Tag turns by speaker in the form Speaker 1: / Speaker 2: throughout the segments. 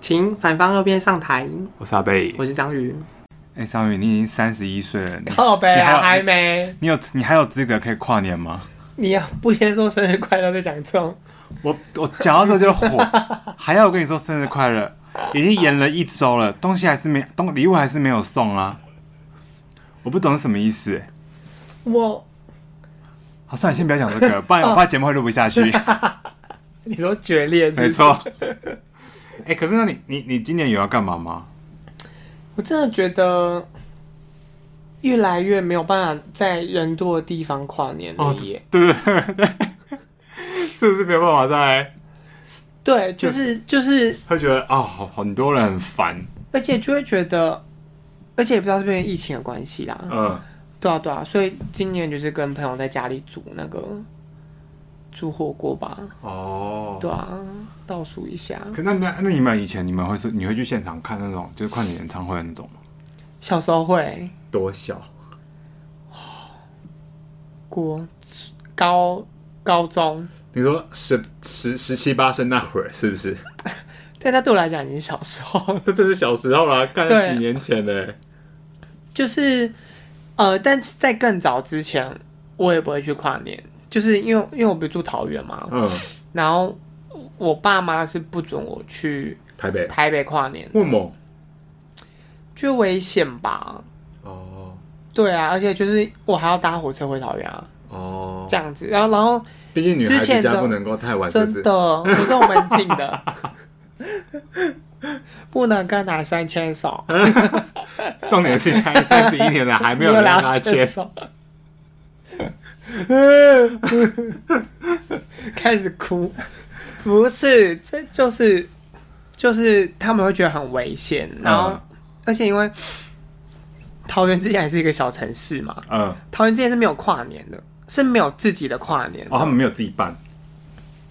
Speaker 1: 请反方二辩上台。
Speaker 2: 我是阿贝。
Speaker 1: 我是章鱼，
Speaker 2: 哎、尚宇，你已经三十一岁了，你
Speaker 1: 靠背
Speaker 2: 你还有
Speaker 1: 啊，还没。
Speaker 2: 你有你还有资格可以跨年吗？
Speaker 1: 你要不先说生日快乐，再讲这种。
Speaker 2: 我我讲到这就 火，还要我跟你说生日快乐，已经延了一周了，东西还是没东礼物还是没有送啊，我不懂是什么意思、欸。
Speaker 1: 我，
Speaker 2: 好，算了，先不要讲这 个，不然我怕节目会录不下 去。
Speaker 1: 你说决裂是不是
Speaker 2: 没。错。哎、可是那你你你今年有要干嘛吗？
Speaker 1: 我真的觉得越来越没有办法在人多的地方跨年了
Speaker 2: 哦，
Speaker 1: 耶。
Speaker 2: 对对对， 是不是没有办法再？
Speaker 1: 对，就是就是，
Speaker 2: 会觉得啊、哦，好很多人很烦。
Speaker 1: 而且就会觉得，而且也不知道是不是因为疫情的关系啦。
Speaker 2: 嗯，
Speaker 1: 对啊对啊，所以今年就是跟朋友在家里煮那个煮火锅吧。
Speaker 2: 哦，
Speaker 1: 对啊，倒数一下。
Speaker 2: 可那那那你们以前你们会说你会去现场看那种就是跨年演唱会的那种吗？
Speaker 1: 小时候会
Speaker 2: 多小？
Speaker 1: 国高高中，
Speaker 2: 你说十十十七八岁那会儿是不 是？
Speaker 1: 但那对我来讲已经是小时候了，
Speaker 2: 这真是小时候啦，看
Speaker 1: 对
Speaker 2: 年前嘞。
Speaker 1: 就是呃，但是在更早之前，我也不会去跨年，就是因为因为我不是住桃园嘛，
Speaker 2: 嗯，
Speaker 1: 然后我爸妈是不准我去
Speaker 2: 台北
Speaker 1: 台北跨年，
Speaker 2: 问猛
Speaker 1: 就危险吧。
Speaker 2: 哦
Speaker 1: 对啊，而且就是我还要搭火车回桃园啊，
Speaker 2: 哦，
Speaker 1: 这样子，然后然后
Speaker 2: 毕竟女
Speaker 1: 之前的
Speaker 2: 够太晚
Speaker 1: 真的，我是我们进的，不能跟男生牵手。
Speaker 2: 重点是现在三十一年 了，还没有人跟他
Speaker 1: 牵
Speaker 2: 签。
Speaker 1: 手。 开始哭，不是，这就是就是他们会觉得很危险，然后、
Speaker 2: 嗯
Speaker 1: 而且因为桃园之前还是一个小城市嘛，
Speaker 2: 嗯，
Speaker 1: 桃园之前是没有跨年的，是没有自己的跨年的
Speaker 2: 哦，他们没有自己办。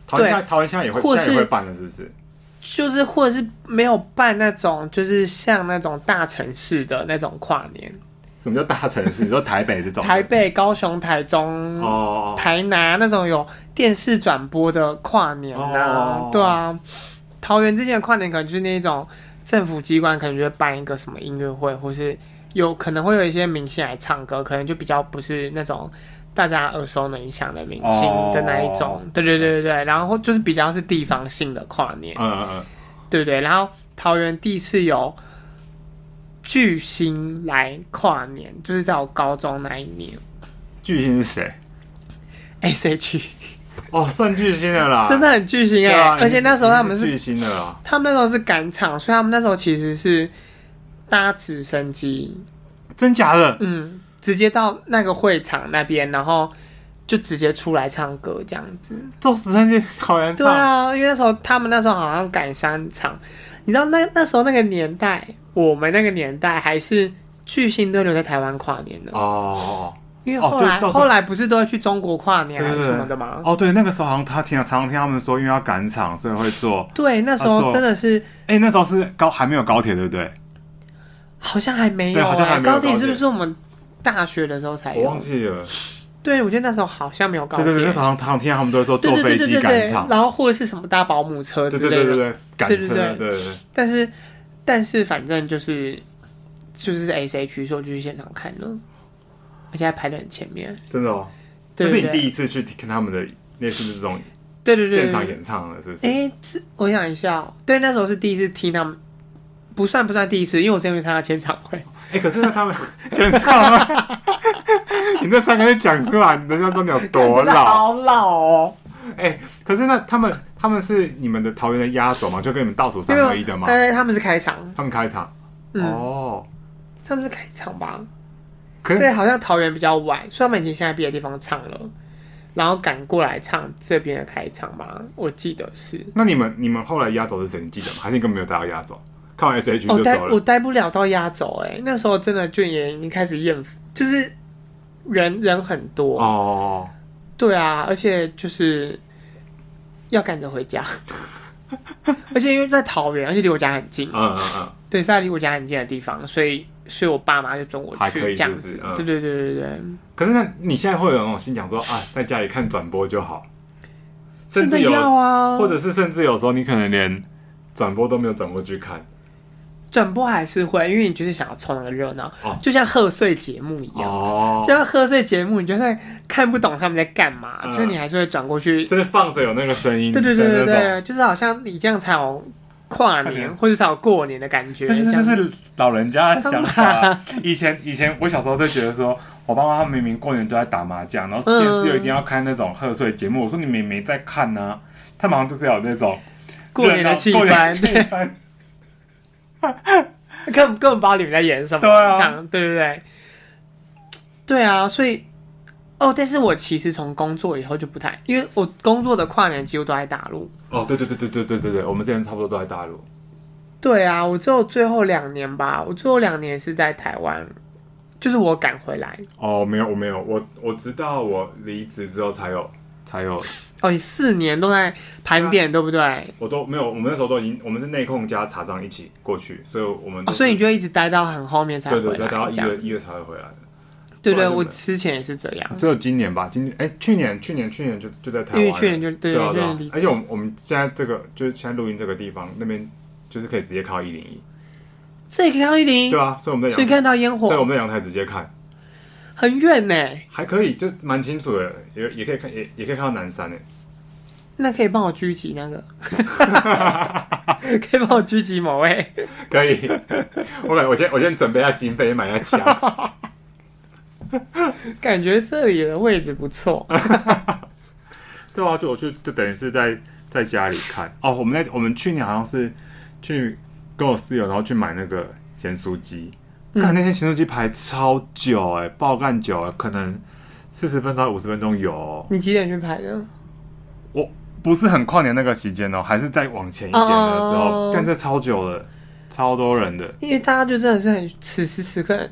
Speaker 2: 桃园
Speaker 1: 对
Speaker 2: 现在桃园现在也会，
Speaker 1: 或
Speaker 2: 现
Speaker 1: 是
Speaker 2: 在也会办了，是不是？
Speaker 1: 就是或者是没有办那种就是像那种大城市的那种跨年，
Speaker 2: 什么叫大城市？你说台北这种的？
Speaker 1: 台北、高雄、台中、
Speaker 2: 哦，
Speaker 1: 台南那种有电视转播的跨年啊，
Speaker 2: 哦
Speaker 1: 对啊，桃园之前的跨年可能就是那种政府机关可能就会办一个什么音乐会，或是有可能会有一些明星来啊唱歌，可能就比较不是那种大家耳熟能详的明星的那一种，
Speaker 2: 哦
Speaker 1: 对对对对对，然后就是比较是地方性的跨年，
Speaker 2: 嗯嗯嗯，
Speaker 1: 对对，然后桃园第一次有巨星来跨年，就是在我高中那一年
Speaker 2: 巨星是谁？
Speaker 1: ，S H。
Speaker 2: 哦，算巨星的啦，
Speaker 1: 真的很巨星哎、
Speaker 2: 对啊。
Speaker 1: 而且那时候他们
Speaker 2: 已
Speaker 1: 是
Speaker 2: 经巨星的啦，
Speaker 1: 他们那时候是赶场，所以他们那时候其实是搭直升机，
Speaker 2: 真假的？
Speaker 1: 嗯，直接到那个会场那边，然后就直接出来唱歌这样子。
Speaker 2: 坐直升机好难
Speaker 1: 对
Speaker 2: 唱。
Speaker 1: 啊，因为那时候他们那时候好像赶三场，你知道那那时候那个年代，我们那个年代还是巨星都留在台湾跨年的，
Speaker 2: 哦，
Speaker 1: 因为后来、
Speaker 2: 哦对到时候
Speaker 1: 后来不是都要去中国跨年
Speaker 2: 对
Speaker 1: 还
Speaker 2: 对
Speaker 1: 是
Speaker 2: 对，
Speaker 1: 什么的吗？
Speaker 2: 哦，对，那个时候好像他听常常听他们说，因为要赶场，所以会坐。
Speaker 1: 对，那时
Speaker 2: 啊
Speaker 1: 候
Speaker 2: 做
Speaker 1: 真的是。
Speaker 2: 哎，那时候是高还没有高铁，对不对？
Speaker 1: 好像还没有、欸，
Speaker 2: 对好像还没有
Speaker 1: 高
Speaker 2: 高
Speaker 1: 铁
Speaker 2: 铁
Speaker 1: 是不是我们大学的时候才有？
Speaker 2: 我忘记了。
Speaker 1: 对，我记得那时候好像没哎有高
Speaker 2: 对
Speaker 1: 铁。
Speaker 2: 对对，那时候好像他们听他们都说坐
Speaker 1: 对
Speaker 2: 飞
Speaker 1: 对对
Speaker 2: 机
Speaker 1: 对
Speaker 2: 赶
Speaker 1: 对
Speaker 2: 场。
Speaker 1: 然后或者是什么搭保姆车之
Speaker 2: 对
Speaker 1: 类的。
Speaker 2: 对对对对，赶
Speaker 1: 对对
Speaker 2: 车，
Speaker 1: 对
Speaker 2: 对对对。
Speaker 1: 但是但是反正就是就是 S H，所以我就去现场看了，而且还排得很前面。
Speaker 2: 真的哦，
Speaker 1: 对对
Speaker 2: 这是你第
Speaker 1: 对
Speaker 2: 一次去看他们的类似这种
Speaker 1: 对对对
Speaker 2: 现场
Speaker 1: 对
Speaker 2: 演唱了，是不是？
Speaker 1: 哎、这我想一下哦、对，那时候是第一次听他们，不算不算第一次，因为我之前去参加签唱会。
Speaker 2: 哎、可是那 他们 全唱啊， 你那三个字讲出来，人家说你有多
Speaker 1: 真的
Speaker 2: 老？
Speaker 1: 好老哦，
Speaker 2: 哎、可是那他们他们是你们的桃园的压轴嘛，就跟你们倒数三二一的嘛，
Speaker 1: 但是他们是开场，
Speaker 2: 他们开场、
Speaker 1: 嗯，
Speaker 2: 哦。
Speaker 1: 他们是开场吧？
Speaker 2: 可
Speaker 1: 对，
Speaker 2: 是
Speaker 1: 好像桃园比较晚，所以他们已经现在别的地方唱了，然后赶过来唱这边的开场吧，我记得是。
Speaker 2: 那你们你们后来压轴是谁？你记得吗？还是你根本没有带到压轴？看完 S H
Speaker 1: 哦，
Speaker 2: 就
Speaker 1: 待
Speaker 2: 走了。
Speaker 1: 我待不了到压轴哎，那时候真的就也已经开始厌，就是人人很多，
Speaker 2: 哦，
Speaker 1: 对啊，而且就是要赶着回家， 而且因为在桃园，而且离我家很近，
Speaker 2: 嗯嗯嗯，
Speaker 1: 对，是在离我家很近的地方，所以所以我爸妈就准我
Speaker 2: 还
Speaker 1: 去
Speaker 2: 可以
Speaker 1: 这样
Speaker 2: 是不
Speaker 1: 子
Speaker 2: 是，嗯
Speaker 1: 对对对对对，
Speaker 2: 可是那你现在会有那种心想说啊，在家里看转播就好，甚
Speaker 1: 真的
Speaker 2: 至有
Speaker 1: 要啊，
Speaker 2: 或者是甚至有时候你可能连转播都没有转过去看。
Speaker 1: 转播还是会，因为你就是想要凑那个热闹，
Speaker 2: 哦
Speaker 1: 就像贺岁节目一样。
Speaker 2: 哦
Speaker 1: 就，像贺岁节目，你就算看不懂他们在干嘛，
Speaker 2: 嗯
Speaker 1: 就是你还是会转过去。
Speaker 2: 就是放着有那个声音，
Speaker 1: 对对对对
Speaker 2: 的那种。
Speaker 1: 对，就是好像你这样才有跨
Speaker 2: 跨
Speaker 1: 年，
Speaker 2: 年
Speaker 1: 或者才有过年的感觉。
Speaker 2: 但是
Speaker 1: 这
Speaker 2: 这
Speaker 1: 样
Speaker 2: 就是老人家的想法。以前以前我小时候就觉得说，我爸妈他明明过年都在打麻将，然后电视又一定要看那种贺岁节目。我说你们也没在看呢、他们好像就是要有那种
Speaker 1: 过年的气
Speaker 2: 热闹过年的
Speaker 1: 氛，
Speaker 2: 气
Speaker 1: 对，
Speaker 2: 氛。
Speaker 1: 根本根本不知道你们在演什么，
Speaker 2: 对啊
Speaker 1: 这样对对对，对啊，所以哦，但是我其实从工作以后就不太，因为我工作的跨年几乎都在大陆。
Speaker 2: 哦，对对对对对对对对，我们之前差不多都在大陆。
Speaker 1: 对啊，我只有最后两年吧，我最后两年是在台湾，就是我赶回来。
Speaker 2: 哦，没有，我没有，我我直到我离职之后才有才有，
Speaker 1: 哦，你四年都在盘点，
Speaker 2: 啊
Speaker 1: 对不对？
Speaker 2: 我都没有，我们那时候都已经，我们是内控加茶账一起过去，所以我们
Speaker 1: 哦，
Speaker 2: 都是、
Speaker 1: 所以你就一直待到很后面才回
Speaker 2: 对
Speaker 1: 来，
Speaker 2: 对对，待到一
Speaker 1: 这样
Speaker 2: 月一月才会回来的，
Speaker 1: 对
Speaker 2: 后来
Speaker 1: 对，
Speaker 2: 就没
Speaker 1: 我之前也是这样，
Speaker 2: 只有今年吧，今年哎，去年去年去年就就在台
Speaker 1: 因
Speaker 2: 湾了，
Speaker 1: 为去年就对
Speaker 2: 对啊
Speaker 1: 去
Speaker 2: 对
Speaker 1: 年
Speaker 2: 啊
Speaker 1: 离，职
Speaker 2: 而且我们我们现在这个就是现在录音这个地方那边就是可以直接看到一零一，
Speaker 1: 这也可以看到一零
Speaker 2: 对，啊，所以我们在
Speaker 1: 所以
Speaker 2: 阳台，
Speaker 1: 看到烟
Speaker 2: 对，我
Speaker 1: 火
Speaker 2: 们在阳台直接看，
Speaker 1: 很远呢。
Speaker 2: 还可以，就蛮清楚的，也也可以看也也可以看到南山诶，
Speaker 1: 那可以帮我狙击那 个，可以帮我狙击某位。
Speaker 2: 可以， 我感我先我先准备一下经费，买一下枪。
Speaker 1: 感觉这里的位置不 错。
Speaker 2: 对啊，就我去就等于是在在家里看哦。我们那我们去年好像是去跟我室友，然后去买那个咸酥鸡，
Speaker 1: 嗯
Speaker 2: 看、那天咸酥鸡排超久哎、爆干久哎、可能四十分钟到五十分钟有哦、
Speaker 1: 你几点去拍的？
Speaker 2: 我不是很跨年那个时间哦，还是再往前一点的时
Speaker 1: 哦
Speaker 2: 候，干、这超久了，超多人的。
Speaker 1: 因为大家就真的是很此时此刻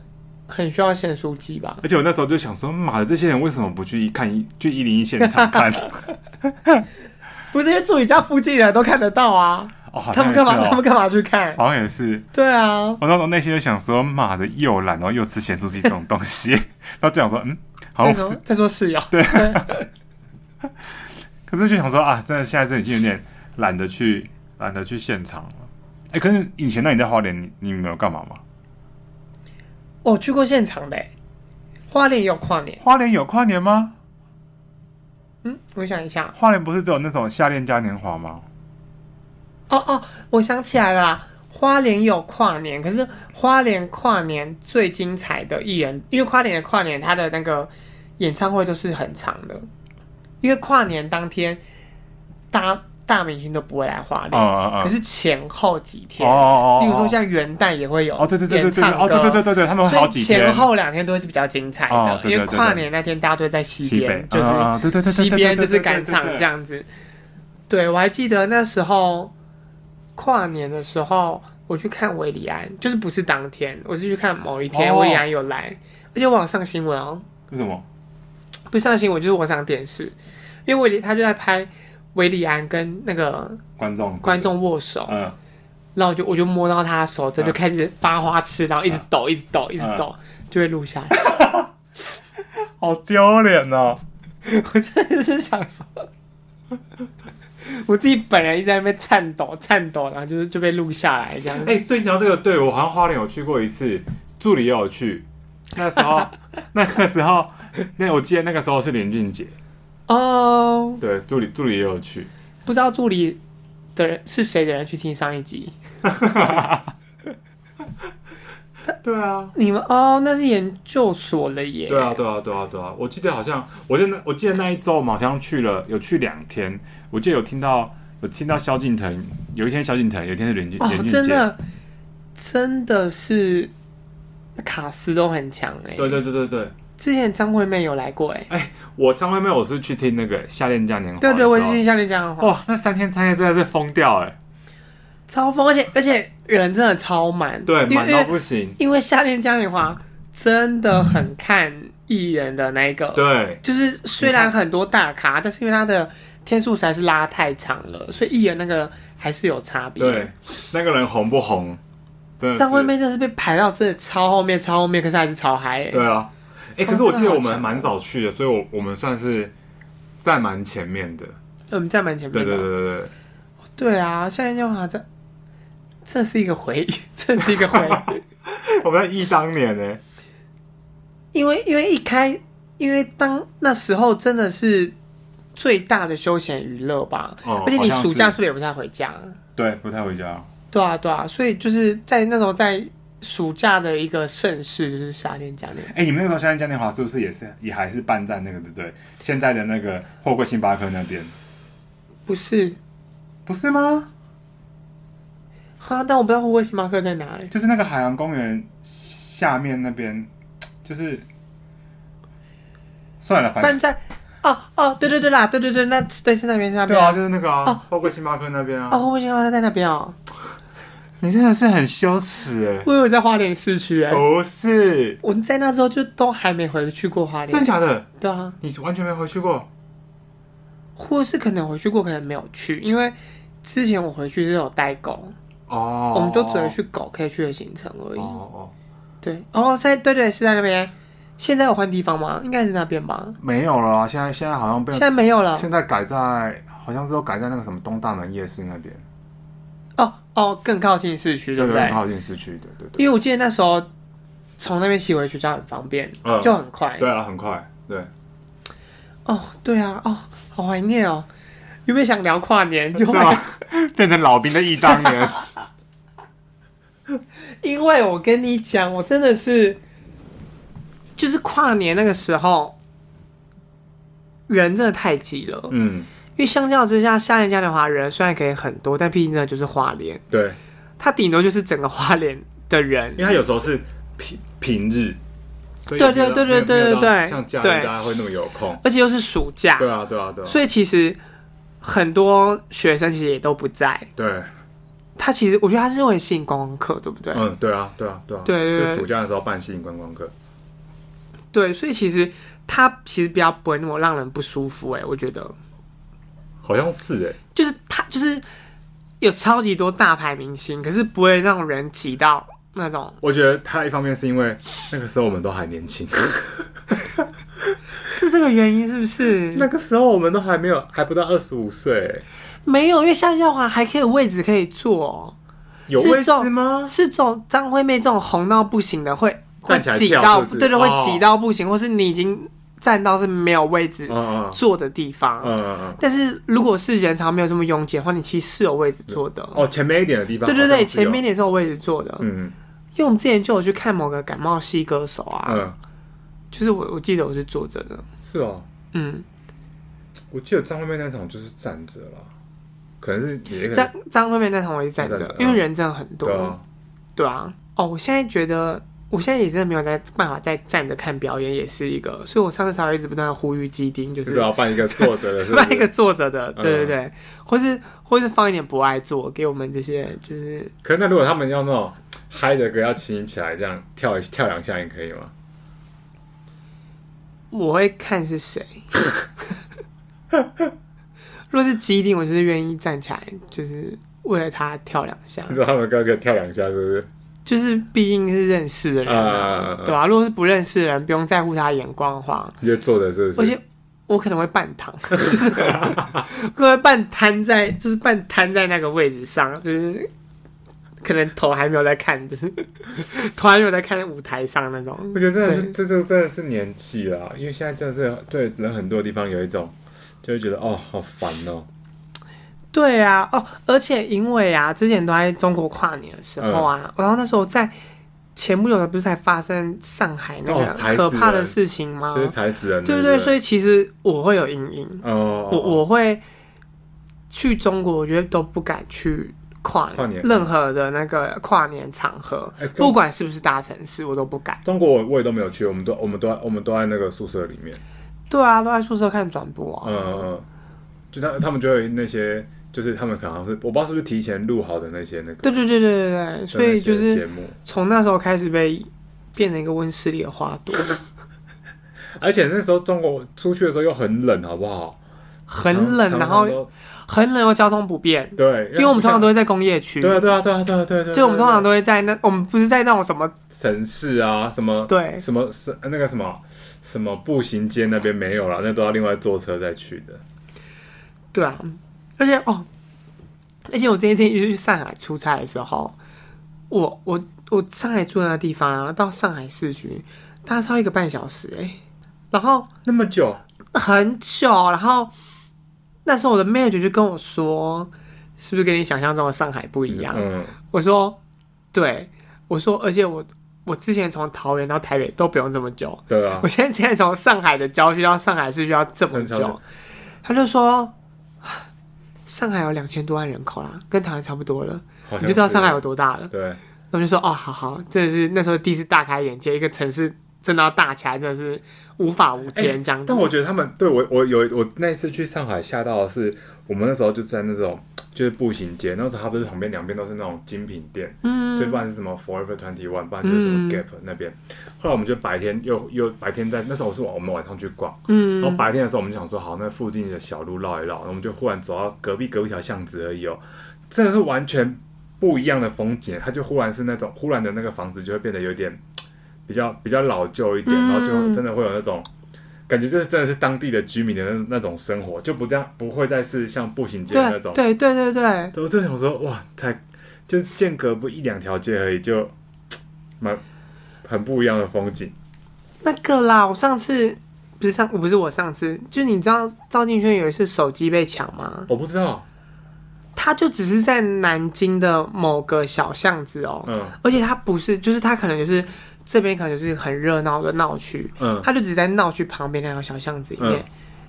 Speaker 1: 很需要显书机吧。
Speaker 2: 而且我那时候就想说，妈的，这些人为什么不去一看一去一零一现场看？
Speaker 1: 不是因为住你家附近的都看得到啊，
Speaker 2: 哦，好像
Speaker 1: 他们干嘛？
Speaker 2: 也是哦
Speaker 1: 他们干嘛去看？
Speaker 2: 好像也是。
Speaker 1: 对啊，
Speaker 2: 哦我那时候内心就想说，妈的，又懒，然后又吃咸酥鸡这种东西， 然后就想说，嗯，好
Speaker 1: 那
Speaker 2: 像
Speaker 1: 时候
Speaker 2: 只，
Speaker 1: 在说室友，
Speaker 2: 可是就想说啊，真的现在是已经有点懒得去，懒得去现场了。哎、可是以前那你在花莲，你你没有干嘛吗？
Speaker 1: 我哦去过现场的欸，花莲也有跨年。
Speaker 2: 花莲有跨年吗？
Speaker 1: 嗯，我想一下，
Speaker 2: 花莲不是只有那种夏恋嘉年华吗？
Speaker 1: 哦哦，我想起来了啦，花莲有跨年，可是花莲跨年最精彩的艺人，因为花莲的跨年，他的那个演唱会都是很长的，因为跨年当天大大明星都不会来花
Speaker 2: 嗯
Speaker 1: 莲，
Speaker 2: 嗯
Speaker 1: 可
Speaker 2: 嗯。
Speaker 1: 是前后几
Speaker 2: 哦
Speaker 1: 天，
Speaker 2: 哦哦
Speaker 1: 例如说
Speaker 2: 哦
Speaker 1: 像元旦也会有
Speaker 2: 哦，对对对对
Speaker 1: 演
Speaker 2: 对，
Speaker 1: 唱歌
Speaker 2: 哦对对对对对，他 们
Speaker 1: 所
Speaker 2: 好
Speaker 1: 以
Speaker 2: 几天
Speaker 1: 前后两天都会是比较精彩的，
Speaker 2: 哦对对
Speaker 1: 因为
Speaker 2: 对对
Speaker 1: 跨年那天大家都会在西
Speaker 2: 西
Speaker 1: 边，
Speaker 2: 北，
Speaker 1: 就是
Speaker 2: 嗯嗯嗯对对对对
Speaker 1: 西
Speaker 2: 对
Speaker 1: 边就
Speaker 2: 对
Speaker 1: 是
Speaker 2: 对对
Speaker 1: 赶
Speaker 2: 对
Speaker 1: 场
Speaker 2: 对
Speaker 1: 这样子。对，我还记得那时候跨年的时候，我去看维里安，就是不是当天，我是去看某一天
Speaker 2: 哦
Speaker 1: 维里安有来，而且我有上新闻哦，
Speaker 2: 为什么？
Speaker 1: 不是上新闻就是我上电视，因为维里他就在拍维里安跟那个
Speaker 2: 观众是不是
Speaker 1: 观，众握手，
Speaker 2: 嗯，
Speaker 1: 然后我就我就摸到他的手，这就
Speaker 2: 嗯
Speaker 1: 开始发花痴，然后一直抖，一直抖，一直抖，就会录下来。
Speaker 2: 好丢脸哦。
Speaker 1: 我真的是想说，我自己本人一直在那边颤抖颤抖，然后就是就被录下来这样。
Speaker 2: 哎、对，你讲到这个，对我好像花莲有去过一次，助理也有去。那时候，那个时候，那我记得那个时候是林俊杰，
Speaker 1: 哦、
Speaker 2: 对，助理助理也有去。
Speaker 1: 不知道助理的人是谁的人去听上一集？
Speaker 2: 对啊，
Speaker 1: 你们哦，那是研究所了耶。
Speaker 2: 对啊，对啊，对啊，对啊！我记得好像，我记得那我记得那一周我们好像去了，有去两天。我记得有听到有听到萧敬腾，有一天萧敬腾，有一天是林俊、
Speaker 1: 哦
Speaker 2: 林，俊
Speaker 1: 真
Speaker 2: 杰。
Speaker 1: 的真的是卡斯都很强哎。
Speaker 2: 对对对对对，
Speaker 1: 之前张惠妹有来过哎。
Speaker 2: 我张惠妹我是去听那个《夏恋嘉年华》的
Speaker 1: 对
Speaker 2: 时候。
Speaker 1: 对，我也是听夏天讲的话，
Speaker 2: 哇，那三天三夜真的是疯掉哎、
Speaker 1: 超疯，而且而且人真的超满，
Speaker 2: 对，
Speaker 1: 因为
Speaker 2: 满到不行。
Speaker 1: 因为夏天嘉年华真的很看艺人的那一个，
Speaker 2: 对，
Speaker 1: 就是虽然很多大咖，但是因为他的天数实在是拉太长了，所以艺人那个还是有差别。
Speaker 2: 对，，那个人红不红？真的是
Speaker 1: 张惠妹真的是被排到真的超后面，超后面，可是还是超嗨、欸。
Speaker 2: 对啊，哎、
Speaker 1: 哦
Speaker 2: 可是我记
Speaker 1: 真
Speaker 2: 得
Speaker 1: 的好
Speaker 2: 我们
Speaker 1: 强
Speaker 2: 蛮早去的，所以我我们算是在蛮前面的。
Speaker 1: 我们在蛮前
Speaker 2: 对
Speaker 1: 面的。
Speaker 2: 对对对对，
Speaker 1: 对啊，夏天嘉年华在这是一个回忆， 这是一个回忆。
Speaker 2: 我们在忆当年呢、
Speaker 1: 因为因为一开，因为当那时候真的是最大的休闲娱乐吧，
Speaker 2: 哦
Speaker 1: 而且你
Speaker 2: 好像
Speaker 1: 暑假是
Speaker 2: 是
Speaker 1: 不是也不太回家？
Speaker 2: 对，不太回家。
Speaker 1: 对啊，对啊，所以就是在那时候在暑假的一个盛世，就是夏天嘉年华。
Speaker 2: 哎、你们那时候现在嘉年华是不是也是也还是办在那个对不对？现在的那个货柜星巴克那边，
Speaker 1: 不是
Speaker 2: 不是吗？
Speaker 1: 哈，啊但我不知道会不会星巴克在哪里。
Speaker 2: 就是那个海洋公园下面那边，就是算了，反
Speaker 1: 但
Speaker 2: 正
Speaker 1: 在哦哦，对对对啦，对对对，那对是那边是那
Speaker 2: 对
Speaker 1: 边
Speaker 2: 啊，就是那个啊，
Speaker 1: 哦
Speaker 2: 货柜星巴克那边啊。
Speaker 1: 哦，我想到他在那边哦，
Speaker 2: 你真的是很羞耻哎、
Speaker 1: 我以为在花莲市区哎、
Speaker 2: 不是，
Speaker 1: 我在那之后就都还没回去过花
Speaker 2: 真
Speaker 1: 莲，
Speaker 2: 假的？
Speaker 1: 对啊，
Speaker 2: 你完全没回去过？
Speaker 1: 或是可能回去过，可能没有去，因为之前我回去是有带狗，
Speaker 2: 哦，
Speaker 1: 我们都只能去狗可以去的行程而已。
Speaker 2: 哦哦，
Speaker 1: 对，哦，在对对是在那边，现在有换地方吗？应该是那边吧，
Speaker 2: 没有了啊，现在现在好像被
Speaker 1: 现在没有了。
Speaker 2: 现在改在好像是都改在那个什么东大门夜市那边，
Speaker 1: 哦哦，更靠近市区，对不对
Speaker 2: 很？靠近市区的，对对
Speaker 1: 因为我记得那时候从那边骑回学校很方便，
Speaker 2: 嗯
Speaker 1: 就很快。
Speaker 2: 啊，很快，对，
Speaker 1: 哦，对啊，哦，好怀念哦。有没有想聊跨年？就
Speaker 2: 对啊，变成老兵的忆当年，
Speaker 1: 因为我跟你讲，我真的是，就是跨年那个时候，人真的太挤了。
Speaker 2: 嗯，
Speaker 1: 因为相较之下，夏天嘉年华人虽然可以很多，但毕竟真的就是花莲，
Speaker 2: 对，
Speaker 1: 它顶多就是整个花莲的人
Speaker 2: 因为他有时候是平平日，所以
Speaker 1: 对对对
Speaker 2: 没有
Speaker 1: 对对
Speaker 2: 没有到
Speaker 1: 对对
Speaker 2: 像假日
Speaker 1: 对
Speaker 2: 大家会那么有空，
Speaker 1: 而且又是暑假，
Speaker 2: 对啊对啊对啊，
Speaker 1: 所以其实很多学生其实也都不在。
Speaker 2: 对，
Speaker 1: 他其实我觉得他是会吸引观光客，对不对？
Speaker 2: 嗯，对啊对啊对啊，
Speaker 1: 对对对
Speaker 2: 就暑假的时候办吸引观光客，
Speaker 1: 对，所以其实他其实比较不会那么让人不舒服、欸。哎，我觉得
Speaker 2: 好像是哎、
Speaker 1: 就是他就是有超级多大牌明星，可是不会让人挤到那种
Speaker 2: 我觉得他一方面是因为那个时候我们都还年轻，
Speaker 1: 是这个原因是不是？
Speaker 2: 那个时候我们都还没有还不到二十五岁，
Speaker 1: 没有，因为夏天嘉年华还可以有位置可以坐，
Speaker 2: 有
Speaker 1: 是
Speaker 2: 位
Speaker 1: 这种
Speaker 2: 置吗？
Speaker 1: 是这种张惠妹这种红到不行的，会会
Speaker 2: 站起来
Speaker 1: 挤
Speaker 2: 跳
Speaker 1: 到，
Speaker 2: 是不是
Speaker 1: 对对，会
Speaker 2: 哦
Speaker 1: 挤到不行，或是你已经站到是没有位置
Speaker 2: 嗯嗯
Speaker 1: 坐的地方。
Speaker 2: 嗯嗯嗯。
Speaker 1: 但是如果是人潮没有这么拥挤的话，你其实是有位置坐的。
Speaker 2: 哦，前面一点的地方。
Speaker 1: 对对
Speaker 2: 好像
Speaker 1: 对，
Speaker 2: 是有
Speaker 1: 前面。也是有位置坐的。
Speaker 2: 嗯
Speaker 1: 因为我们之前就有去看某个感冒系歌手啊，
Speaker 2: 嗯，
Speaker 1: 就是我我记得我是坐着的，
Speaker 2: 是哦。
Speaker 1: 嗯，
Speaker 2: 我记得张惠妹那场就是站着了，可能是也可
Speaker 1: 张
Speaker 2: 能
Speaker 1: 张惠妹那场我也是站
Speaker 2: 嗯站着
Speaker 1: 着，
Speaker 2: 嗯
Speaker 1: 因为人真的很多，
Speaker 2: 对啊，
Speaker 1: 对啊。哦，我现在觉得，我现在也真的没有在办法再站着看表演，也是一个，所以我上次才会一直不断的呼吁基丁，就
Speaker 2: 就是 是要办一个坐着的，是不是
Speaker 1: 办一个。坐着的，
Speaker 2: 嗯
Speaker 1: 对对对，或是或是放一点不爱做给我们这些就是
Speaker 2: 可是那如果他们要那种嗨的歌，要亲起来这样跳一跳两下，你可以吗？
Speaker 1: 我会看是谁。 若是基定，我就是愿意站起来，就是为了他跳两下
Speaker 2: 你。知道他们刚才跳两下是不是？
Speaker 1: 就是毕竟是认识的人、啊，
Speaker 2: 嗯
Speaker 1: 对吧、如果是不认识的人，不用在乎他的眼光的话，
Speaker 2: 你就坐着是不是？
Speaker 1: 而且我可能会半躺， 就是我会半瘫在，就是半瘫在那个位置上，就是可能头还没有在看，就是 头还没有在看舞台上那种。
Speaker 2: 我觉得真的是，这就真的是年纪啦，因为现在真的是对人很多地方有一种，就会觉得哦，好烦哦。
Speaker 1: 对啊，哦，而且因为啊，之前都在中国跨年的时候
Speaker 2: 嗯
Speaker 1: 啊，然后那时候在前不久不是才发生上海那
Speaker 2: 哦踩
Speaker 1: 个
Speaker 2: 死
Speaker 1: 可怕的
Speaker 2: 人
Speaker 1: 事情吗？
Speaker 2: 就是踩死人，
Speaker 1: 对
Speaker 2: 不
Speaker 1: 对对，所
Speaker 2: 以
Speaker 1: 以其实我会有阴影，
Speaker 2: 哦，
Speaker 1: 我我会去中国，我觉得都不敢去跨
Speaker 2: 跨年
Speaker 1: 任何的那个跨年场合
Speaker 2: 哎，跟
Speaker 1: 不管是不是大城市，我都不敢。
Speaker 2: 中国我我也都没有去，我们都我们都在我们都在那个宿舍里面，
Speaker 1: 对啊，都在宿舍看转播啊
Speaker 2: 嗯。嗯，嗯就他他们就会那些，就是他们可能是我不知道是不是提前录好的那些那个，
Speaker 1: 对对对对对对，所以就
Speaker 2: 那些节
Speaker 1: 是
Speaker 2: 目，
Speaker 1: 从那时候开始被变成一个温室里的花朵，
Speaker 2: 而且那时候中国出去的时候又很冷，好不好？
Speaker 1: 很冷，
Speaker 2: 常
Speaker 1: 然
Speaker 2: 常
Speaker 1: 后
Speaker 2: 都
Speaker 1: 很冷又交通不便，
Speaker 2: 对，
Speaker 1: 因为我们通常都会
Speaker 2: 像
Speaker 1: 在工业区，
Speaker 2: 对啊对啊对啊对啊对啊对啊，
Speaker 1: 所以我们通常都
Speaker 2: 都
Speaker 1: 会在那，我们不是在那种什么
Speaker 2: 城市啊什么
Speaker 1: 对
Speaker 2: 什么是呃那个什么什么步行街那边没有啦，那都要另外坐车再去的。
Speaker 1: 对啊，而且哦，而且我这一天一去上海出差的时候，我我我上海住的那地方啊，到上海市区搭车要一个半小时哎、然后
Speaker 2: 那么久，
Speaker 1: 很久，然后那时候我的 manager 就跟我说，是不是跟你想象中的上海不一样？
Speaker 2: 嗯，
Speaker 1: 我说对，我说而且我我之前从桃园到台北都不用这么久，
Speaker 2: 对啊
Speaker 1: 我，现在现在从上海的郊区到上海市区要这么
Speaker 2: 上郊
Speaker 1: 久，他就说上海有两千多万人口啦，跟台湾差不多了，
Speaker 2: 好像
Speaker 1: 你就知道上海
Speaker 2: 是
Speaker 1: 有多大了。
Speaker 2: 对，
Speaker 1: 我就说哦，好好，真的是那时候第一次大开眼界，一个城市真的要大起来，真的是无法无
Speaker 2: 哎
Speaker 1: 天这样子。
Speaker 2: 但我觉得他们对我，我有我那一次去上海吓到的是，我们那时候就在那种就是步行街，那时候它不是旁边两边都是那种精品店，嗯，就不然是什么 Forever Twenty One，不然就是什么 Gap 那边。后来我们就白天又又白天在那时候我是我们晚上去逛，嗯，然后白天的时候我们就想说好，那附近的小路绕一绕，然后我们就忽然走到隔壁隔壁条巷子而已哦，真的是完全不一样的风景，它就忽然是那种忽然的那个房子就会变得有点。比较比较老旧一点，然后就真的会有那种感觉就是真的是当地的居民的那那种生活，就不这样不会再是像步行街
Speaker 1: 对
Speaker 2: 那种。
Speaker 1: 对对对对，
Speaker 2: 对，我就想说，哇，才就是间隔不一两条街而已，就嘖蛮很不一样的风景。
Speaker 1: 那个啦，我上次不是上不是我上次，就你知道赵敬轩有一次手机被抢吗？
Speaker 2: 我不知道，
Speaker 1: 他就只是在南京的某个小巷子哦，
Speaker 2: 嗯
Speaker 1: 而且他不是，就是他可能就是这边可能就是很热闹的闹区，
Speaker 2: 嗯，
Speaker 1: 他就只是在闹区旁边那条小巷子里面，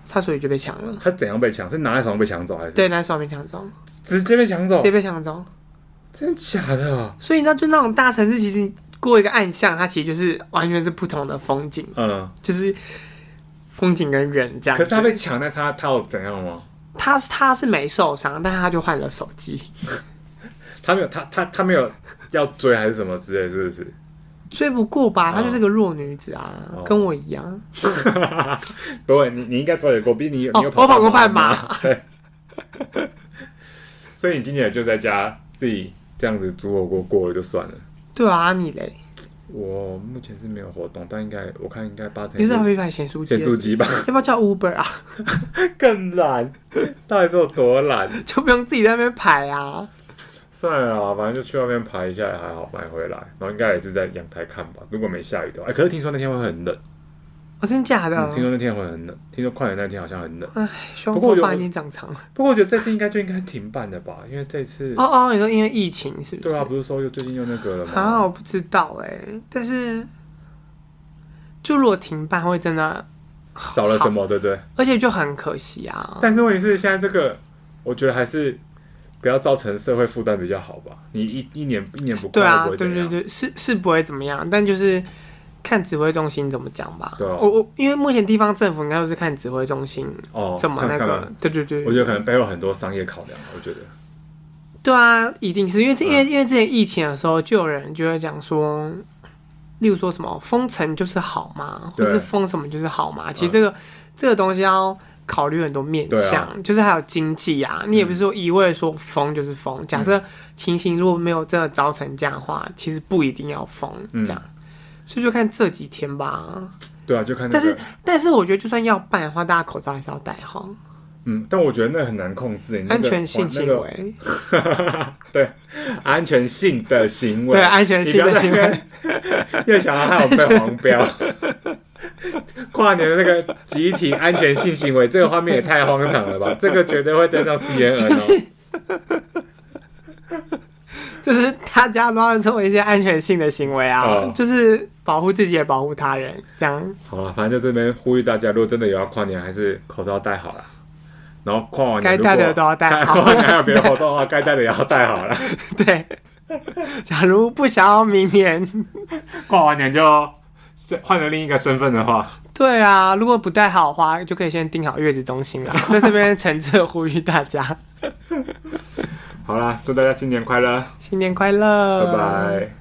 Speaker 1: 他手机就被抢了。
Speaker 2: 他怎样被抢？是拿在手上被抢走，还是
Speaker 1: 对，那时候被抢走，
Speaker 2: 直接被抢走
Speaker 1: 直？接被抢走。
Speaker 2: 真的假的？
Speaker 1: 所以那就那种大城市，其实你过一个暗巷，它其实就是完全是不同的风景，
Speaker 2: 嗯，
Speaker 1: 就是风景跟人这样
Speaker 2: 可
Speaker 1: 子。
Speaker 2: 是他被抢，那他他有怎样吗？
Speaker 1: 他他是没受伤，但他就换了手机，
Speaker 2: 嗯他没有，他他他没有要追还是什么之类，是不是？
Speaker 1: 追不过吧？
Speaker 2: 哦
Speaker 1: 她就是个弱女子啊，
Speaker 2: 哦
Speaker 1: 跟我一样。
Speaker 2: 不会，你你应该追得过，毕竟你有你有
Speaker 1: 哦，我跑过半
Speaker 2: 半
Speaker 1: 马，
Speaker 2: 所以你今年就在家自己这样子煮火锅过了就算了。
Speaker 1: 对啊，你嘞？
Speaker 2: 我目前是没有活动，但应该我看应该八成
Speaker 1: 你是还会买咸酥鸡
Speaker 2: 咸
Speaker 1: 的？
Speaker 2: 猪鸡 吧，
Speaker 1: 要不要叫 Uber 啊？
Speaker 2: 更懒，到底是有多懒？
Speaker 1: 就不用自己在那边排啊。
Speaker 2: 算了啊啦，反正就去外面爬一下也还好，买回来，然后应该也是在阳台看吧。如果没下雨的话，哎、可是听说那天会很冷，
Speaker 1: 哦，真假的？
Speaker 2: 嗯听说那天会很冷，听说跨年那天好像很冷。
Speaker 1: 哎，胸
Speaker 2: 不过
Speaker 1: 口
Speaker 2: 我觉得
Speaker 1: 发已经长长了。
Speaker 2: 不过我觉得这次应该就应该停办的吧，因为这次、
Speaker 1: 哦哦，你说因为疫情是不是？
Speaker 2: 对啊，不是说又最近又那个了吗？
Speaker 1: 啊，我不知道哎、但是就如果停办会真的
Speaker 2: 少了什么，对不对？
Speaker 1: 而且就很可惜啊。
Speaker 2: 但是问题是，现在这个，我觉得还是不要造成社会负担比较好吧。你一一年一年不
Speaker 1: 对
Speaker 2: 快乐
Speaker 1: 啊
Speaker 2: 不，会怎
Speaker 1: 对
Speaker 2: 样，
Speaker 1: 对对，是是不会怎么样，但就是看指挥中心怎么讲吧。
Speaker 2: 对啊
Speaker 1: 我我因为目前地方政府应该都是看指挥中心
Speaker 2: 哦，
Speaker 1: 怎么那
Speaker 2: 看
Speaker 1: 个
Speaker 2: 看，
Speaker 1: 对对对，
Speaker 2: 我觉得可能背后很多商业考量，我觉得
Speaker 1: 对啊，一定是因为这因为因为之前疫情的时候，就有人就会讲说，例如说什么封城就是好嘛，或
Speaker 2: 对
Speaker 1: 是封什么就是好嘛。其实这个、这个东西要考虑很多面向，
Speaker 2: 啊
Speaker 1: 就是还有经济啊。你也不是说一味说封就是
Speaker 2: 嗯
Speaker 1: 封。假设情形如果没有真的造成这样的话，其实不一定要封
Speaker 2: 嗯
Speaker 1: 这样。所以就看这几天吧，
Speaker 2: 对啊，就看、那
Speaker 1: 但
Speaker 2: 个。
Speaker 1: 是但是我觉得就算要办的话，大家口罩还是要戴好，
Speaker 2: 嗯，但我觉得那很难控制，你那个
Speaker 1: 安全性
Speaker 2: 哇那
Speaker 1: 行
Speaker 2: 个
Speaker 1: 为，
Speaker 2: 安全性的行为，
Speaker 1: 对 安全性的行为，
Speaker 2: 又想到他有被黄标。 跨年的那个集体安全性行为，这个画面也太荒唐了吧！这个绝对会登上 CNN 哦。
Speaker 1: 就是大家都要做一些安全性的行为啊，
Speaker 2: 哦
Speaker 1: 就是保护自己也保护他人，这样
Speaker 2: 好了，反正就这边呼吁大家，如果真的有要跨年，还是口罩戴好了。然后跨完年
Speaker 1: 该戴的都要戴好
Speaker 2: 如果 跨年还有别的活动的话，该戴的也要戴好了。
Speaker 1: 对。假如不想要明年，
Speaker 2: 跨完年就换了另一个身份的话，
Speaker 1: 对啊，如果不戴好的话，就可以先订好月子中心啦。在这边诚挚呼吁大家，
Speaker 2: 好啦，祝大家新年快乐，
Speaker 1: 新年快乐，
Speaker 2: 拜拜。